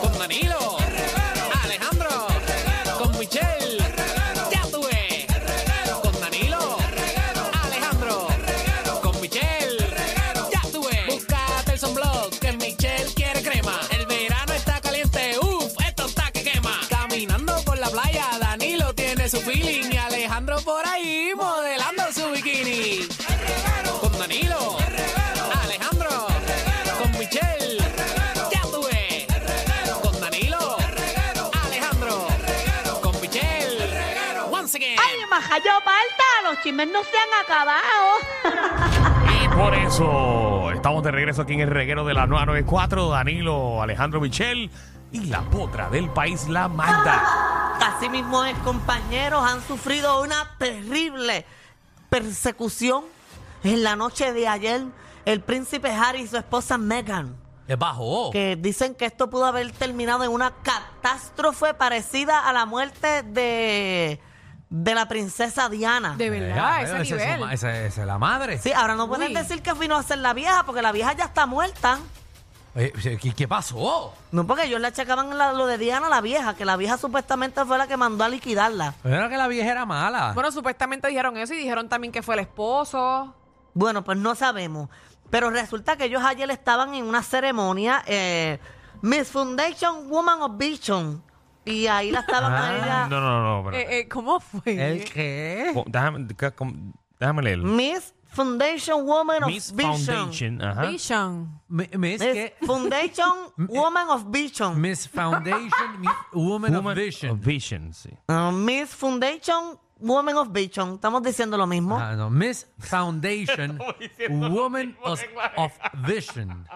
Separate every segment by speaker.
Speaker 1: Con Danilo. Alejandro. Con Michelle. Ya tuve. Con Danilo. Alejandro. Con Michelle. Ya tuve. Búscate el sunblock que Michelle quiere crema. El verano está caliente. Uf, esto está que quema. Caminando por la playa, Danilo tiene su feeling y Alejandro por ahí modelando su bikini. Con Danilo. Alejandro. Con Michelle. Ya tuve. Con Danilo. Alejandro. Con Michelle. Once again.
Speaker 2: ¡Ay, majayo palta! Los chismes no se han acabado.
Speaker 3: Y por eso estamos de regreso aquí en el reguero de la 994, Danilo, Alejandro Michel y la potra del país, la Magda.
Speaker 4: Así mismo es, compañeros, han sufrido una terrible persecución. En la noche de ayer, el príncipe Harry y su esposa Meghan,
Speaker 1: Es bajo.
Speaker 4: que dicen que esto pudo haber terminado en una catástrofe parecida a la muerte de, de la princesa Diana.
Speaker 5: De verdad, ese nivel.
Speaker 1: Esa es la madre.
Speaker 4: Sí, ahora no pueden
Speaker 5: Uy.
Speaker 4: decir que vino a ser la vieja, porque la vieja ya está muerta.
Speaker 1: ¿Qué pasó?
Speaker 4: No, porque ellos le achacaban la- lo de Diana a la vieja, que la vieja supuestamente fue la que mandó a liquidarla.
Speaker 1: Era que la vieja era mala.
Speaker 5: Bueno, supuestamente dijeron eso y dijeron también que fue el esposo.
Speaker 4: Bueno, pues no sabemos. Pero resulta que ellos ayer estaban en una ceremonia, eh, Miss Foundation Woman of Vision. Y ahí la estaban
Speaker 6: Ah,
Speaker 4: a ella.
Speaker 3: No, no, no, pero,
Speaker 5: Eh, eh, ¿Cómo fue?
Speaker 1: qué?
Speaker 3: co- déjame, ca- com- déjame leerlo.
Speaker 4: Miss Foundation Woman of
Speaker 3: Miss
Speaker 4: Mm, Vision.
Speaker 3: Foundation, ajá.
Speaker 5: Vision.
Speaker 6: Mi- Miss,
Speaker 4: Miss
Speaker 6: ¿qué?
Speaker 4: Foundation Woman of Vision.
Speaker 6: Miss Foundation, Miss Woman,
Speaker 3: Woman
Speaker 6: of Vision.
Speaker 3: of Vision, sí.
Speaker 4: Ah, Miss Foundation Woman of Vision. Estamos diciendo lo mismo.
Speaker 6: Ah, no, Miss Foundation, Woman of, of Vision.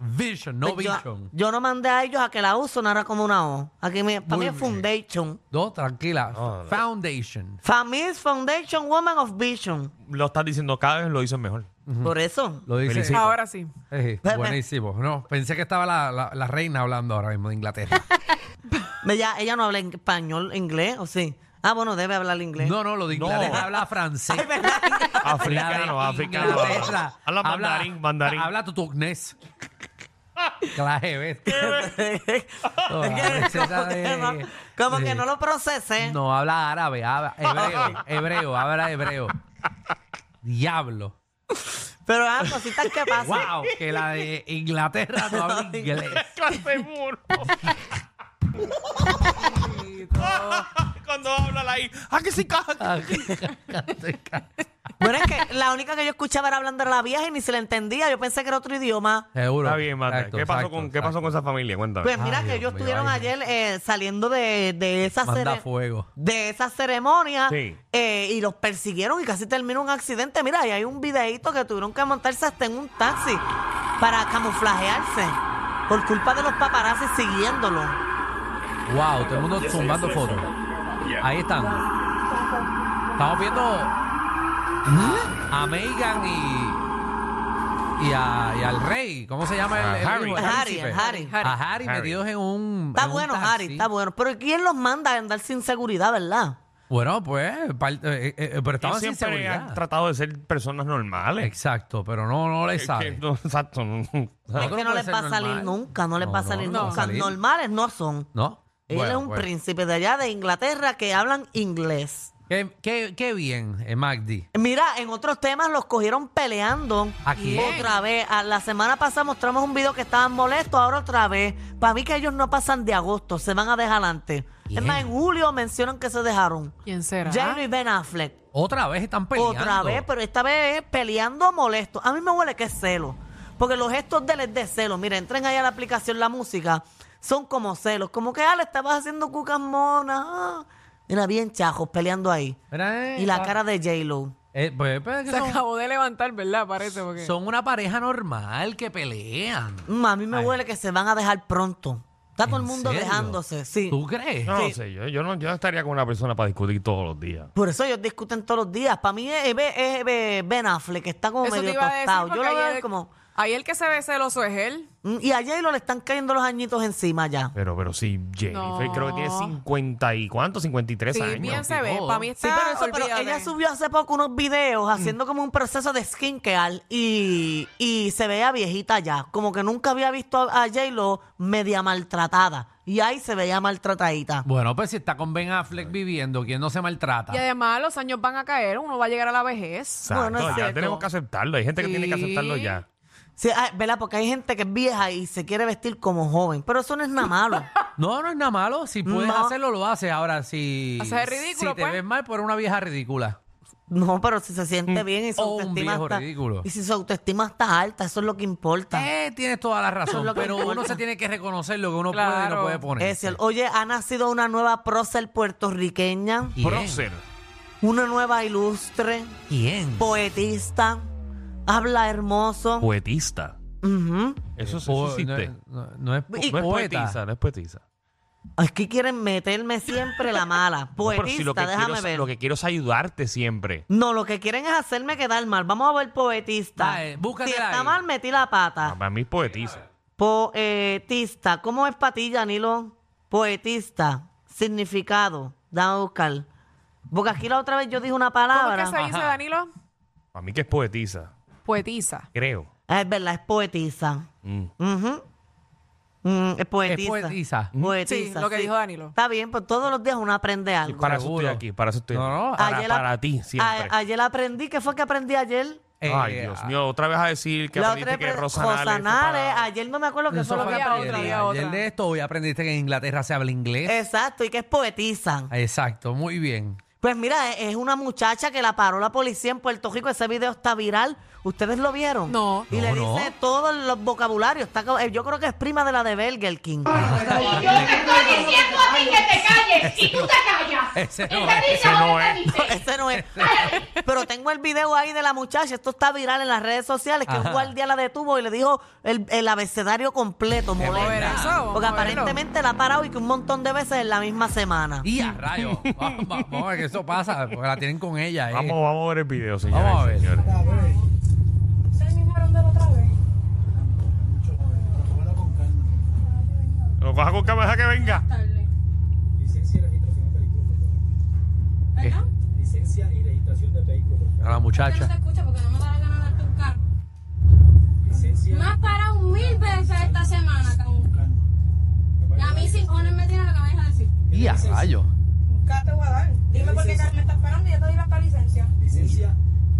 Speaker 6: Vision, no
Speaker 4: Pues yo-
Speaker 6: Vision.
Speaker 4: Yo, no mandé a ellos a que la usen ahora como una O. Aquí me, para mí
Speaker 6: Muy
Speaker 4: es
Speaker 6: bien.
Speaker 4: Foundation.
Speaker 6: No, tranquila. Foundation.
Speaker 4: Fa- Miss Foundation Woman of Vision.
Speaker 3: Lo estás diciendo cada vez lo hizo mejor.
Speaker 4: Por eso.
Speaker 6: Lo dice.
Speaker 3: Felicito.
Speaker 5: Ahora sí.
Speaker 6: Eh, buenísimo. No, pensé que estaba la, la- la reina hablando ahora mismo de Inglaterra.
Speaker 4: Ella, ella no habla en- español, inglés, ¿o sí? Ah, bueno, debe hablar inglés.
Speaker 6: No, no, lo de
Speaker 3: No.
Speaker 6: Inglaterra habla francés.
Speaker 3: Africano,
Speaker 6: La de
Speaker 3: africano.
Speaker 6: Inglaterra
Speaker 3: Habla mandarín, mandarín.
Speaker 6: Habla tutugnés. Claje, bestia. Oh,
Speaker 4: ¿Qué? ¿Cómo, que no, Como que no lo procesé.
Speaker 6: No, habla árabe, habla hebreo, hebreo, habla hebreo. Diablo.
Speaker 4: Pero ah, cositas que pasan.
Speaker 6: Wow, que la de Inglaterra no habla inglés.
Speaker 3: Clase burro. Cuando habla la I. ¡Ah, que sí, caja!
Speaker 4: Bueno, es que la única que yo escuchaba era hablando de la vieja y ni se la entendía. Yo pensé que era otro idioma.
Speaker 6: Seguro.
Speaker 3: Está bien, Magda.
Speaker 6: Exacto,
Speaker 3: ¿Qué, pasó
Speaker 6: exacto,
Speaker 3: con, ¿Qué pasó
Speaker 6: exacto.
Speaker 3: con esa familia? Cuéntame.
Speaker 4: Pues mira
Speaker 6: Ay,
Speaker 4: que
Speaker 6: Dios
Speaker 4: ellos
Speaker 6: mío,
Speaker 4: estuvieron
Speaker 6: ay,
Speaker 4: ayer eh, saliendo de, de esa
Speaker 6: Manda
Speaker 4: ceremonia.
Speaker 6: fuego.
Speaker 4: de esa ceremonia
Speaker 3: Sí.
Speaker 4: eh, y los persiguieron y casi terminó un accidente. Mira, ahí hay un videíto que tuvieron que montarse hasta en un taxi para camuflajearse por culpa de los paparazzi siguiéndolo.
Speaker 6: Wow, todo el mundo zumbando fotos. Ahí están. Estamos viendo ¿eh? a Megan y, y, a- y al rey. ¿Cómo se llama el, el
Speaker 3: Harry.
Speaker 6: hijo, el
Speaker 4: Harry,
Speaker 6: príncipe?
Speaker 4: Harry.
Speaker 6: A Harry,
Speaker 3: Harry.
Speaker 6: metidos en un.
Speaker 4: Está
Speaker 6: en un
Speaker 4: bueno,
Speaker 6: taxi.
Speaker 4: Harry, está bueno. Pero ¿quién los manda a andar sin seguridad, verdad?
Speaker 6: Bueno, pues, par- eh, eh, eh, pero
Speaker 3: Ellos
Speaker 6: estaban sin
Speaker 3: siempre han
Speaker 6: seguridad.
Speaker 3: tratado de ser personas normales.
Speaker 6: Exacto, pero no, no le
Speaker 3: Que-
Speaker 6: sale.
Speaker 3: que no, exacto. no.
Speaker 4: es que no les va a salir nunca, no les va a salir nunca. Normales no son.
Speaker 6: No.
Speaker 4: Él
Speaker 6: Bueno, pues,
Speaker 4: es un
Speaker 6: bueno.
Speaker 4: príncipe de allá de Inglaterra que hablan inglés.
Speaker 6: Qué, qué- qué bien, eh, Magdi.
Speaker 4: Mira, en otros temas los cogieron peleando.
Speaker 6: ¿A quién?
Speaker 4: Otra vez. A la semana pasada mostramos un video que estaban molestos, ahora otra vez. Para mí que ellos no pasan de agosto, se van a dejar antes. Es
Speaker 6: Bien.
Speaker 4: más, en julio mencionan que se dejaron.
Speaker 5: ¿Quién será?
Speaker 4: Jerry y Ben Affleck.
Speaker 6: Otra vez están peleando.
Speaker 4: Otra vez, pero esta vez es peleando molesto. A mí me huele que es celo. Porque los gestos de él es de celo. Mira, entren ahí a la aplicación La Música. Son como celos. Como que, ah, le estabas haciendo cucas monas. ah. Mira, bien chajos peleando ahí.
Speaker 6: Mira, eh,
Speaker 4: Y la
Speaker 6: ah,
Speaker 4: cara de J-Lo.
Speaker 6: Eh, pues, pues, que
Speaker 5: Ah, Se
Speaker 6: son,
Speaker 5: acabó de levantar, ¿verdad? Parece. Porque...
Speaker 6: son una pareja normal que pelean.
Speaker 4: Mm, a mí me huele que se van a dejar pronto. Está todo el
Speaker 6: ¿En
Speaker 4: mundo
Speaker 6: serio?
Speaker 4: dejándose, sí.
Speaker 6: ¿Tú crees?
Speaker 3: No, no sé, yo, yo no, yo no estaría con una persona para discutir todos los días.
Speaker 4: Por eso ellos discuten todos los días. Para mí es, es- es Ben Affleck, que está como
Speaker 5: Eso te
Speaker 4: medio
Speaker 5: iba a decir.
Speaker 4: tostado. Yo
Speaker 5: porque
Speaker 4: lo veo
Speaker 5: ayer-
Speaker 4: como...
Speaker 5: Ahí el que se ve celoso es él.
Speaker 4: Mm, Y a J-Lo le están cayendo los añitos encima ya.
Speaker 3: Pero, pero sí, Jennifer
Speaker 5: No.
Speaker 3: creo que tiene 50 y cuánto, 53
Speaker 5: Sí,
Speaker 3: años.
Speaker 5: bien se ve.
Speaker 6: picó.
Speaker 5: Para mí
Speaker 4: Sí,
Speaker 5: está.
Speaker 4: pero, eso- pero
Speaker 5: olvídate.
Speaker 4: ella subió hace poco unos
Speaker 6: Mm.
Speaker 4: videos haciendo como un proceso de skincare y, y se veía viejita ya. Como que nunca había visto a, a J-Lo media maltratada. Y ahí se veía maltratadita.
Speaker 6: Bueno, pues si está con Ben Affleck viviendo, ¿quién no se maltrata?
Speaker 5: Y además los años van a caer, uno va a llegar a la vejez.
Speaker 3: Exacto,
Speaker 4: Bueno, es
Speaker 3: ya
Speaker 4: cierto.
Speaker 3: tenemos que aceptarlo. Hay gente que tiene que
Speaker 5: Sí.
Speaker 3: aceptarlo ya.
Speaker 4: Sí, ah, ¿Verdad? Porque hay gente que es vieja y se quiere vestir como joven. Pero eso no es nada malo.
Speaker 6: No, no es nada malo. Si puedes
Speaker 4: No.
Speaker 6: hacerlo, lo haces. Ahora, si,
Speaker 5: Haces el ridículo,
Speaker 6: si te
Speaker 5: pues.
Speaker 6: ves mal por una vieja ridícula.
Speaker 4: No, pero si se siente bien y su
Speaker 6: O Mm. Oh, un
Speaker 4: autoestima
Speaker 6: viejo
Speaker 4: está...
Speaker 6: ridículo.
Speaker 4: Y si su autoestima está alta, eso es lo que importa.
Speaker 6: Eh, tienes toda la razón,
Speaker 4: lo que
Speaker 6: pero uno
Speaker 4: importa.
Speaker 6: se tiene que reconocer lo que uno puede y no
Speaker 5: Claro.
Speaker 6: puede poner.
Speaker 4: Es el- Oye, ha nacido una nueva prócer puertorriqueña,
Speaker 6: ¿Quién?
Speaker 3: Prócer.
Speaker 4: una nueva ilustre,
Speaker 6: ¿Quién?
Speaker 4: poetista, habla hermoso.
Speaker 3: Poetista.
Speaker 4: Ujú.
Speaker 3: Eso, eso
Speaker 6: Po- no,
Speaker 3: existe.
Speaker 6: Pues, no- no es po-
Speaker 4: Y-
Speaker 3: No es
Speaker 6: poeta.
Speaker 3: poetisa, no es poetisa.
Speaker 4: Es que quieren meterme siempre la mala.
Speaker 3: No, pero
Speaker 4: Poetista,
Speaker 3: si lo que
Speaker 4: déjame
Speaker 3: quiero es-
Speaker 4: ver.
Speaker 3: Lo que quiero es ayudarte siempre.
Speaker 4: No, lo que quieren es hacerme quedar mal. Vamos a ver poetista.
Speaker 6: Dale, búscatela
Speaker 4: si está
Speaker 6: ahí.
Speaker 4: mal, metí la pata.
Speaker 3: Para mí es poetisa.
Speaker 4: Poetista. ¿Cómo es para ti, Danilo? Poetista. Significado. Dame a buscar. Porque aquí la otra vez yo dije una
Speaker 5: ¿Cómo es
Speaker 4: palabra.
Speaker 5: que se dice,
Speaker 6: Ajá.
Speaker 5: Danilo?
Speaker 3: Para mí que es poetisa.
Speaker 5: Poetiza.
Speaker 3: Creo.
Speaker 4: Ah, Es verdad, es poetista.
Speaker 3: Mm.
Speaker 4: Ujú. Mm, es poetista.
Speaker 6: Es poetisa.
Speaker 4: Poetisa,
Speaker 5: Sí, lo que dijo Danilo.
Speaker 4: Pues, Está bien, pues todos los días uno aprende algo.
Speaker 3: Para eso
Speaker 6: Seguro.
Speaker 3: estoy aquí. Para eso estoy
Speaker 6: No,
Speaker 3: aquí.
Speaker 6: no,
Speaker 3: para,
Speaker 4: Ayer a-
Speaker 3: para ti siempre.
Speaker 4: a- ayer aprendí, ¿qué fue que aprendí ayer?
Speaker 6: Eh,
Speaker 3: Ay, Dios mío. Otra vez a decir que
Speaker 4: La
Speaker 3: aprendiste
Speaker 4: otra eh,
Speaker 3: que
Speaker 4: pre-
Speaker 3: Rosanales.
Speaker 4: Rosanales, ayer no me acuerdo que
Speaker 6: Eso
Speaker 4: fue lo que
Speaker 6: fue
Speaker 5: había
Speaker 6: la
Speaker 5: otra,
Speaker 6: otra,
Speaker 4: aprendí.
Speaker 5: había
Speaker 6: Ayer
Speaker 5: otra.
Speaker 6: de esto hoy aprendiste que en Inglaterra se habla inglés.
Speaker 4: Eh. Exacto, y que es poetizan.
Speaker 6: Exacto, muy bien.
Speaker 4: Pues mira, es es una muchacha que la paró la policía en Puerto Rico. Ese video está viral. ¿Ustedes lo vieron?
Speaker 5: No.
Speaker 4: Y le
Speaker 6: No, no.
Speaker 4: dice todos los vocabularios. Está co- eh, yo creo que es prima de la de Burger King.
Speaker 3: Ah,
Speaker 7: Yo te estoy diciendo a ti que te calles y tú te callas.
Speaker 6: Ese no
Speaker 7: ¿Entendiste
Speaker 3: es, ese
Speaker 7: lo
Speaker 3: no
Speaker 7: que
Speaker 3: es.
Speaker 7: te dije?
Speaker 4: Ese no es. Pero tengo el video ahí de la muchacha. Esto está viral en las redes sociales. Que
Speaker 6: Ajá.
Speaker 4: un guardia la detuvo y le dijo el, el abecedario completo.
Speaker 5: Vamos a ver
Speaker 4: Modesto.
Speaker 5: eso, vamos
Speaker 4: Porque
Speaker 5: a verlo.
Speaker 4: aparentemente la ha parado y que un montón de veces en la misma semana.
Speaker 6: Y a rayos. Vamos, vamos a ver que eso pasa, porque la tienen con ella. eh.
Speaker 3: Vamos, vamos a ver el video, señores.
Speaker 6: Vamos a
Speaker 3: Vamos
Speaker 6: ver.
Speaker 3: Señores. Lo coja con cabeza que venga.
Speaker 8: Licencia y registración del vehículo, por
Speaker 6: A
Speaker 8: favor.
Speaker 6: la
Speaker 7: No se
Speaker 6: muchacha.
Speaker 7: escucha porque no me da la gana de darte un carro.
Speaker 8: Licencia.
Speaker 7: Me has parado mil veces esta semana, cabrón. Y a mí sin ponerme me tiene lo que me vas a decir.
Speaker 6: Y a rayos.
Speaker 7: te voy a dar? Dime por qué me estás parando y yo te doy la licencia.
Speaker 8: Licencia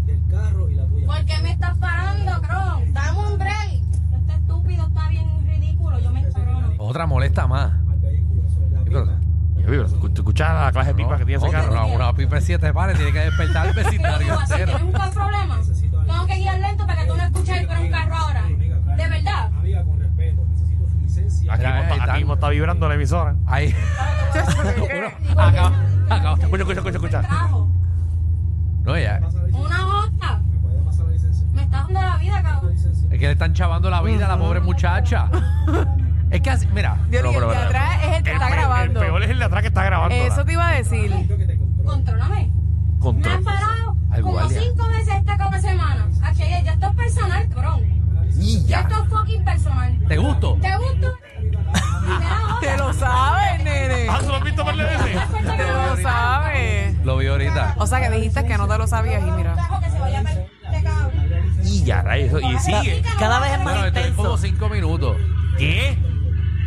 Speaker 8: del carro y la tuya.
Speaker 7: ¿Por qué me estás parando, cabrón? Dame un break. Este estúpido está bien ridículo. Yo me encabrono.
Speaker 6: Otra molesta más.
Speaker 8: Al vehículo, sobre la
Speaker 6: Sí, pero-
Speaker 8: misma.
Speaker 3: Ya vi, pero ¿tú escuchas la clase de pipa que tiene ese
Speaker 6: Otra,
Speaker 3: carro?
Speaker 6: una, una pipa de siete pares tiene que despertar el
Speaker 7: ¿Qué yo
Speaker 6: vecindario
Speaker 7: digo así?
Speaker 6: entero.
Speaker 7: ¿Tienes un problema? Tengo que guiar lento para que tú no escuches que era un carro ahora. ¿De verdad?
Speaker 8: Amiga, con respeto, necesito su licencia.
Speaker 3: Aquí,
Speaker 6: Mira,
Speaker 3: mismo
Speaker 6: ahí
Speaker 3: está, aquí
Speaker 6: están.
Speaker 3: mismo está vibrando la emisora.
Speaker 6: Ahí.
Speaker 7: Digo,
Speaker 6: Acaba-
Speaker 7: yo no-
Speaker 6: acaba-
Speaker 3: Escucha, escucha, escucha, escucha.
Speaker 7: Trajo
Speaker 6: No,
Speaker 8: Pasa
Speaker 6: ya.
Speaker 8: la licencia.
Speaker 7: una hoja.
Speaker 8: ¿Me puede pasar la licencia?
Speaker 7: Me estás dando la vida,
Speaker 8: La
Speaker 7: cabrón.
Speaker 8: licencia.
Speaker 6: Es que le están chavando la vida a la pobre muchacha. Es que así, mira.
Speaker 5: Dios,
Speaker 3: Pero,
Speaker 5: y el
Speaker 3: pero,
Speaker 5: de
Speaker 3: pero,
Speaker 5: atrás es el que
Speaker 3: El
Speaker 5: está
Speaker 3: pe-
Speaker 5: grabando.
Speaker 3: El peor es el de atrás que está grabando.
Speaker 5: Eso te iba a decir.
Speaker 8: Quiero que te controle.
Speaker 7: Contrólame. Me has
Speaker 3: Control.
Speaker 7: parado
Speaker 6: Ay,
Speaker 7: como
Speaker 6: guardia.
Speaker 7: cinco veces esta cada semana. Aquí ya ya esto es personal, cabrón. Ya
Speaker 6: Niña.
Speaker 7: esto es fucking personal.
Speaker 6: ¿Te gustó?
Speaker 7: ¿Te gusta? Mira,
Speaker 5: Te lo sabes, nene.
Speaker 3: Ah, ¿tú lo has visto par de veces?
Speaker 5: Te lo sabes.
Speaker 6: Lo vi ahorita.
Speaker 5: O sea, que dijiste que no te lo sabías y mira.
Speaker 7: Que se vaya a perder, cabrón.
Speaker 3: Y ya, rayos, eso- Y sigue.
Speaker 4: Cada vez es más
Speaker 6: Bueno, esto es
Speaker 4: intenso.
Speaker 6: como cinco minutos
Speaker 3: ¿Qué?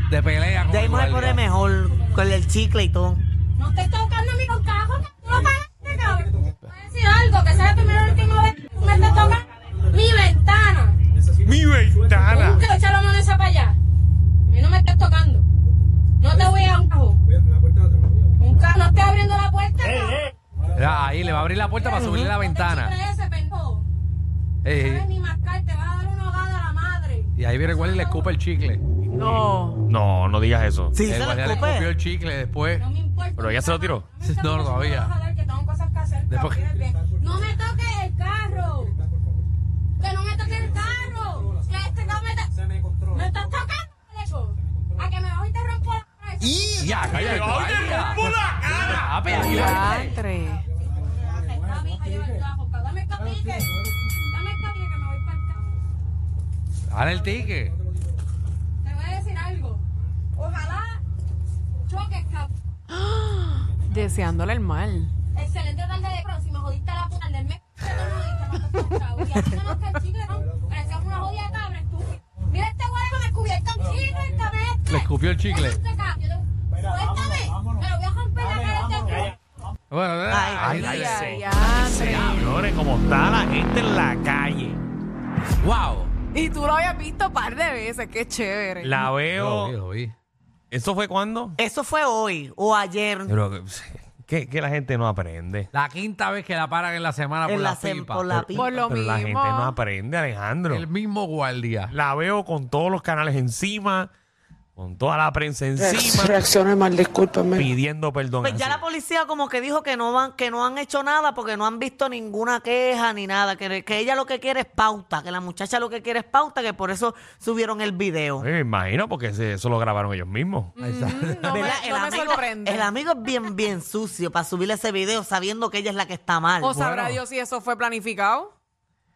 Speaker 6: de pelea con
Speaker 4: Ya ahí
Speaker 6: el
Speaker 4: me pone
Speaker 6: guardia.
Speaker 4: mejor con el chicle y todo.
Speaker 7: No te estés tocando mi cocajo, que tú no pagaste, cabrón. Voy a decir algo, que sea la primera y última vez que tú me estás tocando mi ventana.
Speaker 3: Mi ventana.
Speaker 7: Nunca echa la mano esa para allá. A mí no me estás tocando. No te voy a un cajo.
Speaker 8: Voy a la puerta de atrás, voy a abrir.
Speaker 7: Un cajo, no estoy abriendo la puerta. cabrón.
Speaker 6: Mira, ahí le va a abrir la Eh, puerta para subirle la
Speaker 7: No te
Speaker 6: ventana.
Speaker 7: chifles ese, pendejo.
Speaker 6: Eh,
Speaker 7: Sabes ni mascar, te vas a dar una hogada a la madre.
Speaker 6: y ahí viene el guardia y le escupe el chicle.
Speaker 5: No.
Speaker 3: No, no digas eso.
Speaker 4: Sí,
Speaker 6: El
Speaker 4: se lo
Speaker 6: guardia le escupió
Speaker 4: escupe.
Speaker 6: el chicle después.
Speaker 7: No me importa.
Speaker 3: Pero ella se lo tiró.
Speaker 7: No, me toques,
Speaker 6: No, todavía.
Speaker 7: no me vas a dar, que tengo cosas que hacer,
Speaker 6: Después-
Speaker 7: cabrón, bien. No me toques este
Speaker 6: Ya, cállate. vaya. Papi, aquí va.
Speaker 5: Diantre.
Speaker 7: Papi, a llevar el cajo, pa- Dame el capique. Dame el capique que me voy para el cajo.
Speaker 6: Dale el ticket.
Speaker 7: Te voy a decir algo. Ojalá choques, cabrón.
Speaker 5: Deseándole el mal.
Speaker 7: Excelente tarde de pero si me jodiste la puta del mes. te lo jodiste, me jodiste, chavo. Y así no nos cae chicle, ¿no? Parecíamos una jodida cabra, estúpido. Mira este güey con descubierto el chicle, el cabrón este.
Speaker 6: Le escupió el chicle.
Speaker 7: Este cabrón. Suéltame. Me lo voy a romper la cara a este güey.
Speaker 6: Bueno, eh,
Speaker 4: Ay,
Speaker 6: ay,
Speaker 3: ay,
Speaker 6: ay.
Speaker 3: sí.
Speaker 5: Diantre.
Speaker 3: Señores, como está la gente en la calle.
Speaker 6: Wow.
Speaker 5: Y tú lo habías visto un par de veces, qué chévere.
Speaker 3: La
Speaker 6: Lo vi,
Speaker 3: veo.
Speaker 6: lo vi.
Speaker 3: ¿Eso fue cuándo?
Speaker 4: Eso fue hoy o ayer.
Speaker 3: Pero, que, que la gente no aprende.
Speaker 6: La quinta vez que la paran en la semana Ah, por
Speaker 4: En
Speaker 6: la,
Speaker 4: la sem-
Speaker 6: pipa.
Speaker 4: por la pipa.
Speaker 5: Por lo
Speaker 3: Pero
Speaker 5: mismo. mm,
Speaker 3: la gente no aprende, Alejandro.
Speaker 6: El mismo guardia.
Speaker 3: La veo con todos los canales encima, con toda la prensa encima,
Speaker 9: Reacciones mal, discúlpame.
Speaker 3: pidiendo perdón.
Speaker 4: Pues ya
Speaker 3: Así.
Speaker 4: la policía como que dijo que no van, que no han hecho nada porque no han visto ninguna queja ni nada, que, que ella lo que quiere es pauta, que la muchacha lo que quiere es pauta, que por eso subieron el video.
Speaker 3: Sí, Me imagino porque se- eso lo grabaron ellos mismos.
Speaker 5: Mm, no me,
Speaker 4: ¿Verdad?
Speaker 5: no me
Speaker 4: amigo,
Speaker 5: sorprende.
Speaker 4: el amigo es bien, bien sucio para subir ese video sabiendo que ella es la que está mal.
Speaker 5: o sabrá Dios si eso fue planificado.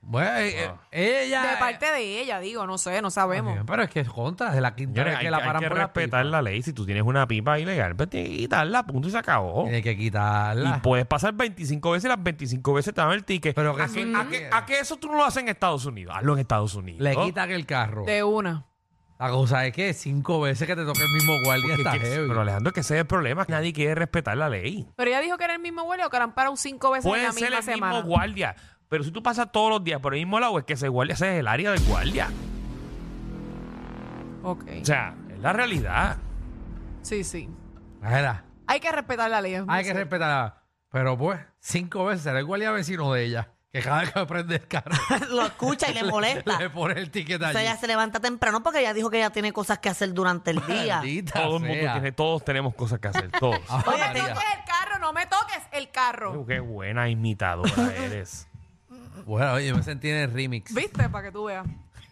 Speaker 6: Bueno, eh,
Speaker 3: Ah.
Speaker 6: eh, ella.
Speaker 5: De parte de ella, digo, no sé, no sabemos.
Speaker 6: Bien, Pero es que es contra de la quinta
Speaker 3: Señores,
Speaker 6: vez
Speaker 3: hay,
Speaker 6: que la
Speaker 3: hay
Speaker 6: paran
Speaker 3: que
Speaker 6: por la
Speaker 3: respetar
Speaker 6: pipa.
Speaker 3: la ley. Si tú tienes una pipa ilegal, pues tienes que quitarla, punto y se acabó.
Speaker 6: Tiene que
Speaker 3: Y
Speaker 6: quitarla.
Speaker 3: puedes pasar 25 veces y las 25 veces te dan el ticket.
Speaker 6: Pero que
Speaker 3: ¿A,
Speaker 6: sí.
Speaker 3: qué, a qué- a qué eso tú no lo haces en Estados Unidos? Hazlo en Estados Unidos.
Speaker 6: Le quitan el carro.
Speaker 5: De una.
Speaker 6: La cosa es que cinco veces que te toca el mismo guardia
Speaker 3: Que-
Speaker 6: está
Speaker 3: que-
Speaker 6: heavy.
Speaker 3: Pero Alejandro, que ese es el problema. que Nadie quiere respetar la ley.
Speaker 5: Pero ella dijo que era el mismo vuelo o que la han parado cinco veces en
Speaker 3: Puede
Speaker 5: la
Speaker 3: ser
Speaker 5: misma
Speaker 3: el
Speaker 5: semana.
Speaker 3: mismo guardia. Pero si tú pasas todos los días por el mismo lado, es que ese guardia ese es el área del guardia.
Speaker 5: ok.
Speaker 3: O sea, es la realidad.
Speaker 5: Sí, sí.
Speaker 6: Era,
Speaker 5: Hay que respetar la ley. es muy
Speaker 6: hay que
Speaker 5: cierto.
Speaker 6: respetarla. Pero pues, cinco veces era el guardia vecino de ella. Que cada vez que prende el carro,
Speaker 4: lo escucha y le molesta.
Speaker 6: le pone el ticket
Speaker 4: o sea,
Speaker 6: allí.
Speaker 4: ella se levanta temprano porque ella dijo que ella tiene cosas que hacer durante el día.
Speaker 6: Maldita
Speaker 3: Todo el mundo
Speaker 6: sea.
Speaker 3: tiene, todos tenemos cosas que hacer, todos.
Speaker 6: Ah,
Speaker 5: No me
Speaker 6: María.
Speaker 5: toques el carro, no me toques el carro.
Speaker 3: Qué buena imitadora eres.
Speaker 6: Bueno, oye, yo me sentí en el remix.
Speaker 5: ¿Viste? Para que tú veas.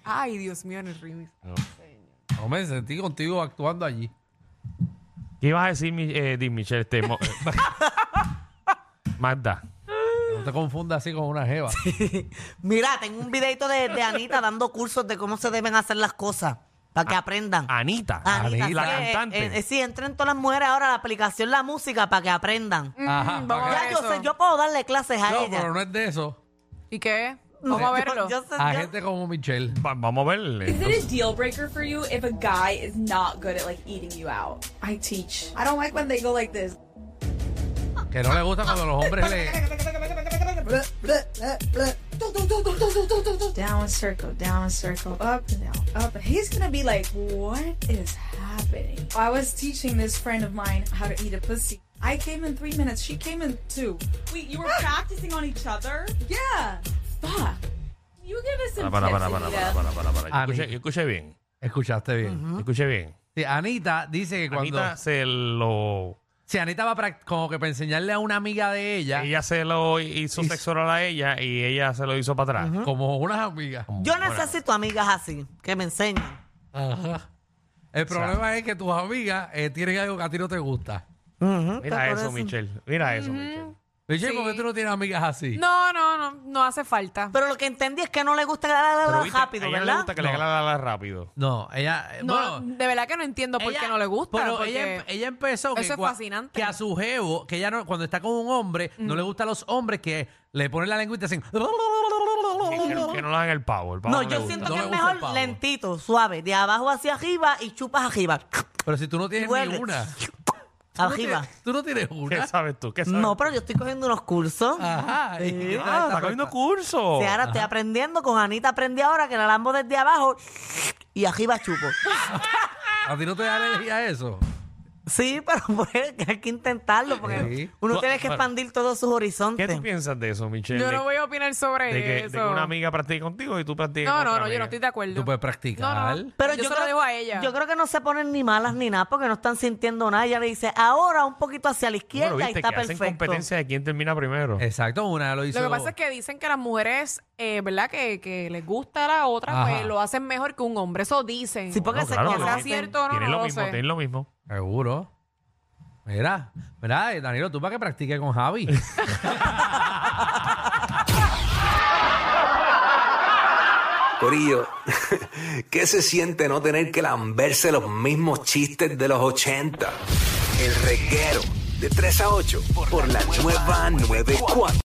Speaker 5: Ay, Dios mío, en el remix.
Speaker 6: No me sentí contigo actuando allí.
Speaker 3: ¿Qué ibas a decir, mi- eh, Di Michelle? Este, mo- eh, Magda.
Speaker 6: No te confundas así con una jeva.
Speaker 4: Mira, tengo un videito de, de Anita dando cursos de cómo se deben hacer las cosas para que aprendan.
Speaker 3: Anita.
Speaker 4: Anita,
Speaker 3: Ah, la
Speaker 4: sí, eh,
Speaker 3: cantante.
Speaker 4: eh, eh, sí, entren todas las mujeres ahora a la aplicación La Música para que aprendan.
Speaker 6: Ajá.
Speaker 5: vamos a
Speaker 6: para
Speaker 4: Ya
Speaker 5: ver
Speaker 4: yo
Speaker 5: eso.
Speaker 4: sé, yo puedo darle clases a
Speaker 6: que- No,
Speaker 4: ella.
Speaker 6: pero no es de eso.
Speaker 5: ¿Y qué? Vamos a
Speaker 4: Yo-
Speaker 5: verlo.
Speaker 4: yo sé-
Speaker 6: A
Speaker 4: yo-
Speaker 6: gente como Michelle.
Speaker 3: Va- vamos a verle.
Speaker 9: Is it a deal breaker for you if a guy is not good at like eating you out? I teach. I don't like when they go like this.
Speaker 6: Que no le gusta cuando los hombres le.
Speaker 9: Down circle, down circle, up and down, up. and- He's gonna be like, what is happening? I was teaching this friend of mine how to eat a pussy. I came in three minutes. She came in two. Wait, you were practicing on each other? Yeah. Fuck. You give us
Speaker 3: Para,
Speaker 9: some
Speaker 3: ah, para,
Speaker 9: tips,
Speaker 3: para, para, para,
Speaker 9: Anita.
Speaker 3: para, para, para. Yo
Speaker 6: Ani.
Speaker 3: escuché- Yo escuché bien.
Speaker 6: Escuchaste bien.
Speaker 3: yo Escuché bien.
Speaker 6: Sí, Anita dice que cuando.
Speaker 3: Anita
Speaker 6: Anita...
Speaker 3: se lo.
Speaker 6: Sí, Anita va pra- como que para enseñarle a una amiga de ella,
Speaker 3: Ella se lo hizo
Speaker 6: Hizo-
Speaker 3: sexual a ella y ella se lo hizo para atrás.
Speaker 6: como unas amigas.
Speaker 4: yo necesito amigas así, que me enseñen.
Speaker 6: Ajá. El problema es que tus amigas eh, tienen algo que a ti no te gusta.
Speaker 3: Mira eso, Michelle. Mira eso, Michelle.
Speaker 6: Michelle, ¿por qué tú no tienes amigas así?
Speaker 5: No, no, no. No hace falta.
Speaker 4: Pero lo que entendí es que no le gusta que la- la- la-
Speaker 3: Pero
Speaker 4: la
Speaker 3: viste, a
Speaker 4: rápido,
Speaker 3: ella
Speaker 4: ¿verdad?
Speaker 3: le gusta que le
Speaker 6: No.
Speaker 3: haga rápido.
Speaker 6: No, ella. eh,
Speaker 5: No,
Speaker 6: bueno,
Speaker 5: de verdad que no entiendo por
Speaker 6: ella-
Speaker 5: qué no le gusta.
Speaker 6: Pero
Speaker 5: porque-
Speaker 6: ella, em- ella empezó que,
Speaker 5: Eso es
Speaker 6: cua-
Speaker 5: fascinante.
Speaker 6: que a su jevo, que ella no, cuando está con un hombre, no le gusta a los hombres que le ponen la lengua y te hacen.
Speaker 3: Que, no- que no le hagan el pavo. El pavo
Speaker 4: No,
Speaker 3: le
Speaker 4: yo
Speaker 3: gusta.
Speaker 4: siento
Speaker 6: No
Speaker 4: que
Speaker 6: le
Speaker 4: es
Speaker 6: gusta el
Speaker 4: mejor
Speaker 6: pavo.
Speaker 4: lentito, suave, de abajo hacia arriba y chupas arriba.
Speaker 6: Pero si tú no tienes
Speaker 4: Huele.
Speaker 6: ninguna. Tú no
Speaker 4: Arriba.
Speaker 6: tienes, tú no tienes
Speaker 3: ¿Qué
Speaker 6: una.
Speaker 3: sabes tú? ¿Qué sabes
Speaker 4: No,
Speaker 3: tú?
Speaker 4: pero yo estoy cogiendo unos cursos.
Speaker 6: Ajá. y- y-
Speaker 3: Ah, está cogiendo curso.
Speaker 4: Sí, ahora estoy aprendiendo, con Anita aprendí ahora que la lambo desde abajo y arriba chupo.
Speaker 6: A ti no te da alergia a eso.
Speaker 4: Sí, pero pues hay que intentarlo porque
Speaker 6: Sí.
Speaker 4: uno
Speaker 3: Bu-
Speaker 4: tiene que
Speaker 3: bueno.
Speaker 4: expandir todos sus horizontes.
Speaker 3: ¿Qué tú piensas de eso, Michelle?
Speaker 5: Yo
Speaker 3: De-
Speaker 5: no voy a opinar sobre
Speaker 3: de, que, de
Speaker 5: eso.
Speaker 3: que una amiga practique contigo y tú practiques
Speaker 5: no,
Speaker 3: con
Speaker 5: no,
Speaker 3: otra
Speaker 5: no, yo no
Speaker 3: amiga.
Speaker 5: estoy de acuerdo.
Speaker 6: Tú puedes practicar.
Speaker 5: No, no.
Speaker 4: Pero
Speaker 5: Yo se lo dejo a ella.
Speaker 4: Yo creo que no se ponen ni malas ni nada porque no están sintiendo nada. Ella le dice, ahora un poquito hacia la izquierda
Speaker 3: Bueno,
Speaker 4: y
Speaker 3: viste
Speaker 4: está
Speaker 3: que
Speaker 4: perfecto.
Speaker 3: hacen competencia de quién termina primero.
Speaker 6: Exacto, una lo hizo.
Speaker 5: Lo que pasa es que dicen que las mujeres, eh, ¿verdad? Que, que les gusta a la otra,
Speaker 6: Ajá.
Speaker 5: pues lo hacen mejor que un hombre. Eso dicen.
Speaker 4: Sí, porque
Speaker 3: Bueno,
Speaker 4: se
Speaker 3: claro,
Speaker 5: que sea
Speaker 4: conocen.
Speaker 3: porque
Speaker 5: cierto o no,
Speaker 3: tienen
Speaker 5: no
Speaker 3: lo
Speaker 5: lo
Speaker 3: mismo,
Speaker 5: sé.
Speaker 3: tienen lo mismo.
Speaker 6: Seguro. Mira, mira, eh, Danilo, tú para que practique con Javi.
Speaker 10: Corillo, ¿qué se siente no tener que lamberse los mismos chistes de los 80? El reguero de 3 a 8 por la nueva 94.